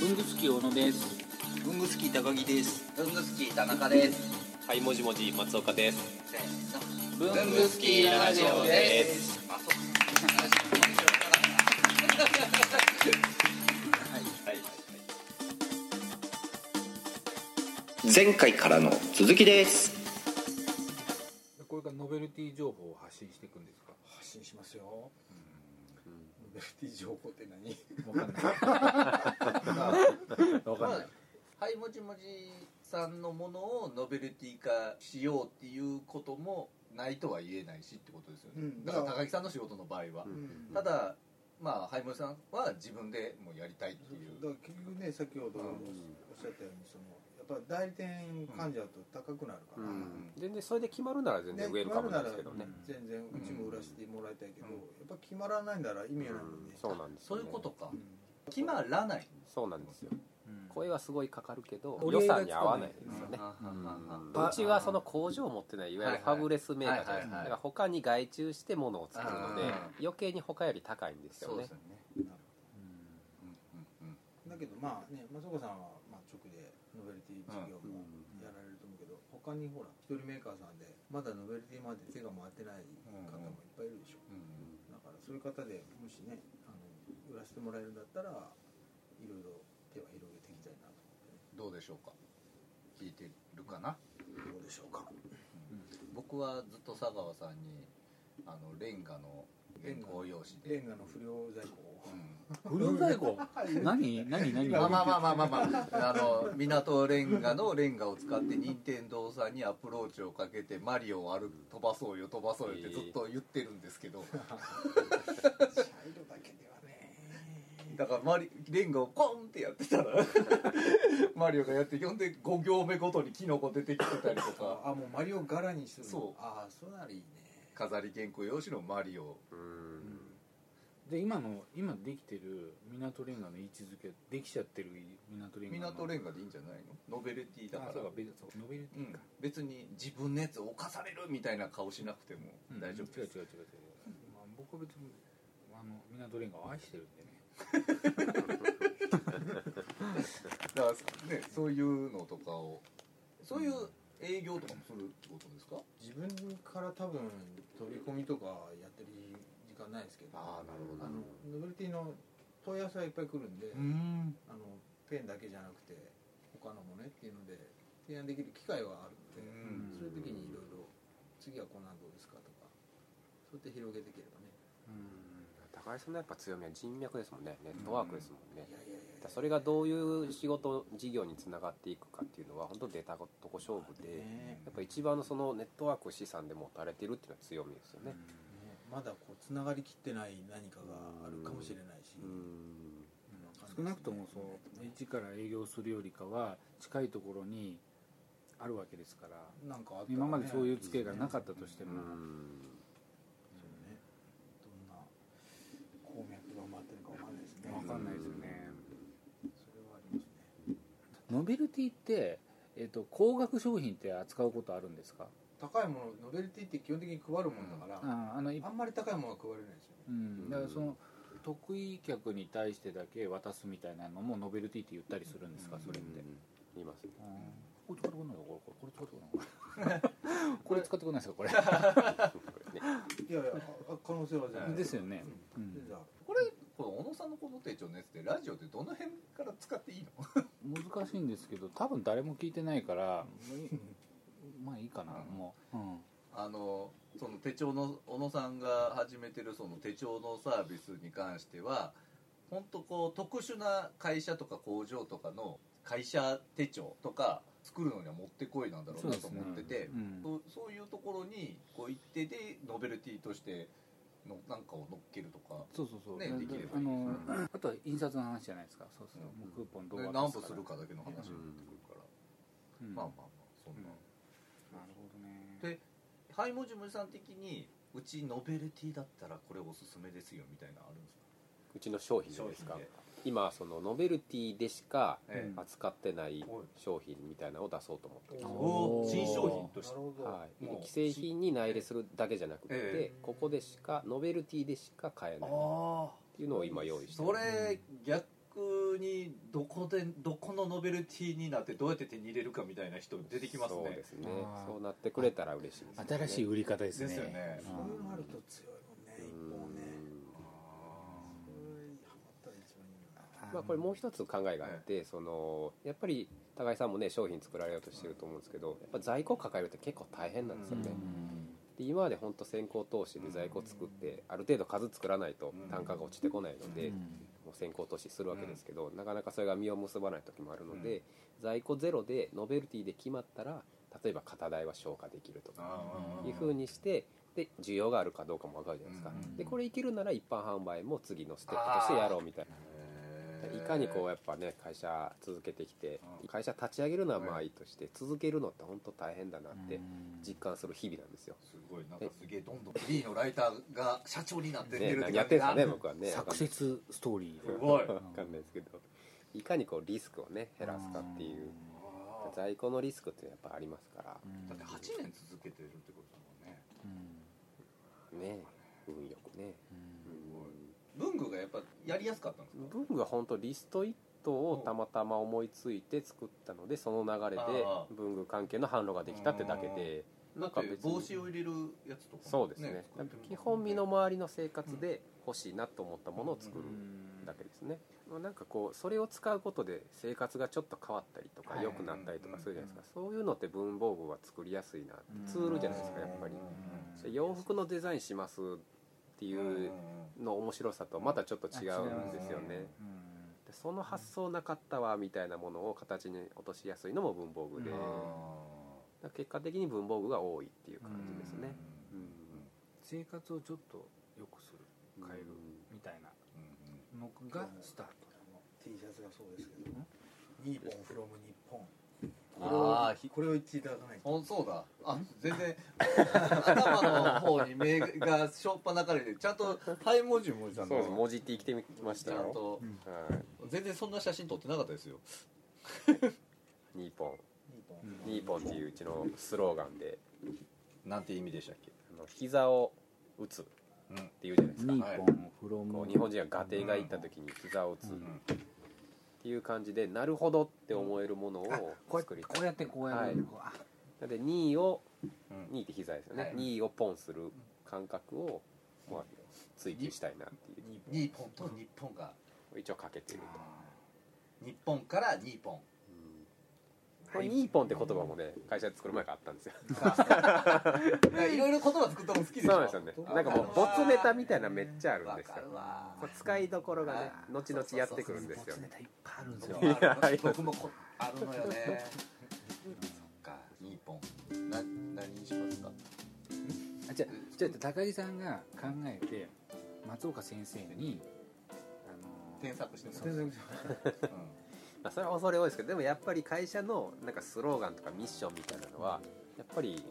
文具好き小野です文具好き高木です文具好き田中ですはい、もじもじ松岡です。せーの文すあ、そう前回からの続きですこれからノベルティ情報を発信していくんですか発信しますよ。ノベルティ 情報って何？わかんないわかんない、はいもちもちさんのものをノベルティ化しようっていうこともないとは言えないしってことですよね、うんだから高木さんの仕事の場合は、うんただまあはいもちさんは自分でもうやりたいっていだうから結局ね、先ほどもおっしゃったようにそのやっぱ代理店患者と高くなるから。ん全然それで決まるなら全ね然植えるかもなんですけどね決。まるなら全然うちも売らせてもらいたいけど、やっぱ決まらないなら意味うないもんんね、そうなんです、ね。そういうこと。か、決まらない、そうなんですよ。うん声はすごいかかるけど、折予り合いが算に合わないですよね。うんうちはその工場を持ってないいわゆるファブレスメーカーじゃないですかはいはいはいはだいから他に外注してものを作るのでうん余計に他より高いんですそようねですよねうんうんうんだけどまあね松岡さんはまあ直でノベルティ事業もやられると思うけど、他にほら一人メーカーさんでまだノベルティまで手が回ってない方もいっぱいいるでしょ、うんだからそういう方でもしねあの売らせてもらえるんだったらいろいろ手は広げていきたいなとどうでしょうか聞いてるかなどうでしょうか僕はずっと佐川さんにあのレンガの原稿用紙レで、ンガの不良在庫 をう不良在庫何何何ん、まあまあまあまあまあ、まあ、あ の港レンガのレンガを使って任天堂さんにアプローチをかけてマリオを歩く飛ばそうよ飛ばそうよってずっと言ってるんですけど茶色だけではねだからマリレンガをコンってやってたら マリオがやってほんで5行目ごとにキノコ出てきてたりと かあもうマリオ柄にするのそうああそうならいいね飾り原稿用紙のマリオうんで今の今できてる港レンガの位置づけできちゃってる港レンガの港レンガでいいんじゃないのノベルティだあかそうらか別そうノベルテうィんか、別に自分のやつを犯されるみたいな顔しなくてもうん大丈夫違う違です、う違う違う、まあ、僕は別にあの港レンガを愛してるんでねだからねそういうのとかをそういう営業とかもするってことですか自分から多分飛び込みとかやってる時間ないですけどああなるほあのノベルティの問い合わせはいっぱい来るんで、うんあのペンだけじゃなくて他のもねっていうので提案できる機会はあるので、うんそういう時にいろいろ次はこんなんどうですかとかそうやって広げていければね 高井さんのやっぱ強みは人脈ですもんねネットワークですもんねいやいやいだからそれがどういう仕事事業につながっていくかっていうのは本当出たとこ勝負で、や、ねやっぱ一番のそのネットワークを資産で持たれてるっていうのは強みですよね。ねまだこうつながりきってない何かがあるかもしれないし、うん少なくともそう一から営業するよりかは近いところにあるわけですからなんかあったらね今までそういう付けがなかったとしてうも、んそうねどんな鉱脈が埋まってるかわかんないですね分かんないですよねそれはありますねノベルティって、えっと高額商品って扱うことあるんですか高いものノベルティって基本的に配るもんだから、ああのいあんまり高いものは配れないですよねうん、だからその得意客に対してだけ渡すみたいなのもノベルティって言ったりするんですか、それって、言いますね。これ使ってこないのこれこれ使ってこないのこれ使って こないですかこれいやいやあ可能性は全然ですよね、うんじゃあこれこの小野さんのこの手帳のやつってラジオってどの辺から使っていいの難しいんですけど多分誰も聞いてないからまあいいかなもう、うんあのその手帳の小野さんが始めてるその手帳のサービスに関しては本当こう特殊な会社とか工場とかの会社手帳とか作るのにはもってこいなんだろうなと思ってて、うんそうそういうところにこう一定でノベルティとしてのなんかを乗っけるとかそうそうそう、ねなんできればいいあのあとは印刷の話じゃないですかそうそう、うんもうクーポンどうで渡何歩する、かだけの話になってくるから、うんまあまあまあそんな、なるほどねでハイモジムさん的にうちノベルティだったらこれおすすめですよみたいなのあるんですかうちの商品でですか。今そのノベルティでしかええ扱ってない商品みたいなのを出そうと思ってまおおーー新商品としなてるほす。ど、はい。もう既製品に内入れするだけじゃなくて、えここでしかノベルティでしか買えないっああていうのを今用意してそれ逆にどこでどこのノベルティになってどうやって手に入れるかみたいな人出てきますそうねですねあーそうなってくれたら嬉しいです、ね、新しい売り方ですねですよねうそんういうのあると強いもんねうん一本ねそれハマったら一番いいなまあ、これもう一つ考えがあって、そのやっぱり高井さんもね商品作られようとしてると思うんですけどやっぱ在庫抱えるって結構大変なんですよね、で今まで本当先行投資で在庫作ってある程度数作らないとうん単価が落ちてこないので、うんもう先行投資するわけですけど、なかなかそれが実を結ばない時もあるので、在庫ゼロでノベルティで決まったら例えば型代は消化できるとかいうふうにしてで需要があるかどうかも分かるじゃないですか、うんでこれいけるなら一般販売も次のステップとしてやろうみたいな。いかにこうやっぱね会社続けてきてうん会社立ち上げるのはまはあいいいとして続けるのって本当大変だなってうん実感する日々なんですよ。すごいなんかすげえどんどんフリーのライターが社長になってってね、るって何やってんすか感じねだ僕はね。サクセスストーリーすごい わかんないですけどいかにこうリスクをね減らすかっていうあ在庫のリスクってやっぱありますかーだって8年続けてるってことだもんらねね運よくね。文具がやっぱやりやすかったんですか文具は本当リストイットをたまたま思いついて作ったのでその流れであー文具関係の販路ができたってだけで。なんかだっ別てに帽子を入れるやつとかもそうですね作ってるもん基本身の周りの生活で欲しいなと思ったものを作るうんだけですね、まあなんかこうそれを使うことで生活がちょっと変わったりとはかい良くなったりとかするじゃないですかそういうのって文房具は作りやすいなってツールじゃないですかやっぱりで洋服のデザインしますってういんうんうんうの面白さとまたちょっと違うんですよねでその発想なかったわみたいなものを形に落としやすいのも文房具でうんだあから結果的に文房具が多いっていう感ーじですねうん生活をちょっと良くする変えるみたいなうのがスタートあの T シャツがそうですけど日本フロム日本んうんああこれを言っていただかないとほんそうだあ全然頭の方に目がしょっぱなかれてちゃんとはい文字文字なんそうだです文字って生きてきましちたゃんよとは全然そんな写真撮ってなかったですよい、ニーポンニーポうんンニーポンっていううちのスローガンでなんて意味でしたっけあの膝を打つっていうじゃないですか、ニはいーポンフロこムう日本人がガテが行った時に膝を打つっていう感じでなるほどって思えるものあをこうや作りこたういやってこうやるこうあなので2位をうん2位って膝ですよね、はい2位をポンする感覚を、まあ、追求したいなっていニーポン日本と日本がう一応かけてると、日本から日本うんこれニーポンって言葉もね会社で作る前からあったんですよいろいろ言葉作ったの好きでしょそうなんですよねなんかもう没ネタみたいなめっちゃあるんわですかよるわこう使いどころがねあー後々やってくるんですボよツネタいっぱいあるんですよ僕もある僕もこあるのよねそっか日本な何にしますかあじゃあちょっと高木さんが考えて松岡先生にあの添削しても全らう然うんまあ、それは恐れ多いですけどでもやっぱり会社のなんかスローガンとかミッションみたいなのはやっぱり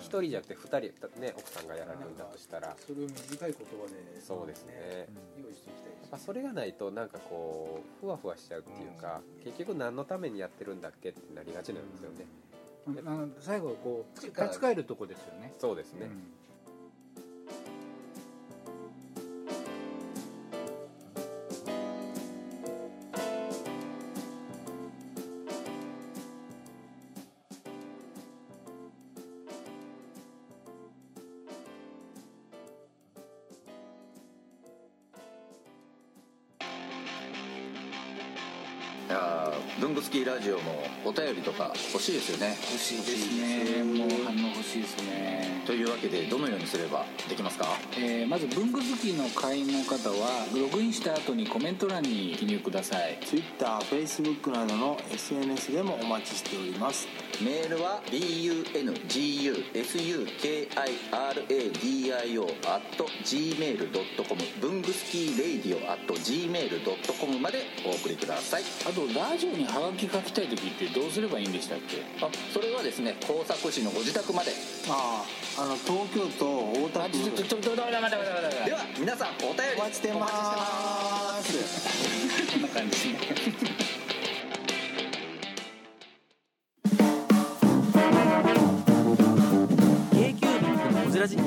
1人じゃなくて2人、ね、奥さんがやられるんだとしたらそれを短い言葉でそうですね、用意していきたいですまあ、それがないとなんかこうふわふわしちゃうっていうか、結局何のためにやってるんだっけってなりがちなんですよね、うんあの最後はこう口から立ち返るとこですよねそうですね、うんいやー文具好きラジオもお便りとか欲しいですよね欲しいですねもう反応欲しいですね、というわけでどのようにすればできますかえーまず文具好きの会員の方はログインした後にコメント欄に記入ください TwitterFacebook などの SNS でもお待ちしておりますメールは bungususukiradio gmail.com 文具スキーレイディオ gmail.com までお送りくださいあとラジオにハガキ書きたい時ってどうすればいいんでしたっけあそれはですね工作士のご自宅まであああの東京都大田あ区ちょっとちょっとちょっと待って待って待って待ってでは皆さんお便りお待ちしてますこんな感じですね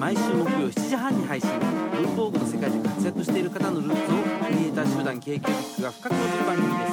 毎週木曜7時半に配信文房具の世界で活躍している方のルーツをクリエイター集集団経営教育が深く落ちる番組です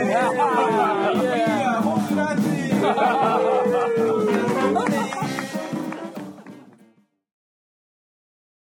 いや僕たち